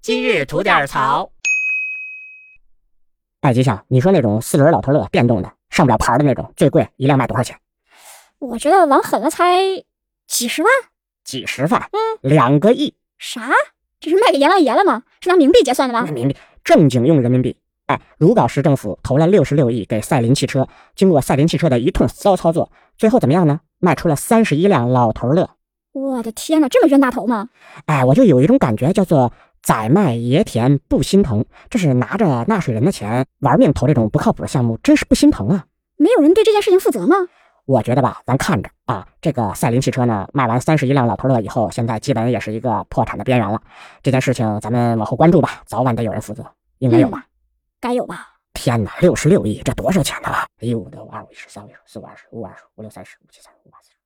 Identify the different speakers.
Speaker 1: 今日吐点槽。
Speaker 2: 二级上，你说那种四轮老头乐变动的，上不了牌儿的那种，最贵一辆卖多少钱？
Speaker 1: 我觉得往狠了才几十万，
Speaker 2: 几十万，
Speaker 1: 嗯
Speaker 2: 两个亿，
Speaker 1: 啥？这是卖给阎王爷了吗？是拿冥币结算的
Speaker 2: 人
Speaker 1: 吗？
Speaker 2: 民币，正经用人民币。哎，如皋市政府投了六十六亿给赛麟汽车，经过赛麟汽车的一通骚操作，最后怎么样呢？卖出了三十一辆老头乐。
Speaker 1: 我的天哪，这么冤大头吗？
Speaker 2: 哎，我就有一种感觉，叫做宰卖爷田不心疼，这是拿着纳税人的钱玩命投这种不靠谱的项目，真是不心疼啊。
Speaker 1: 没有人对这件事情负责吗？
Speaker 2: 我觉得吧，咱看着啊，这个赛麟汽车呢，卖完三十一辆老头乐以后，现在基本也是一个破产的边缘了。这件事情咱们往后关注吧，早晚得有人负责，应该有
Speaker 1: 嗯
Speaker 2: 吧？
Speaker 1: 该有吧？
Speaker 2: 天哎哪，六十六亿，这多少钱呢？一五、六、二、五、一十、三、五、十四、五、二十、五、二十、五、六、三十、五、七、三十、五、八、四十。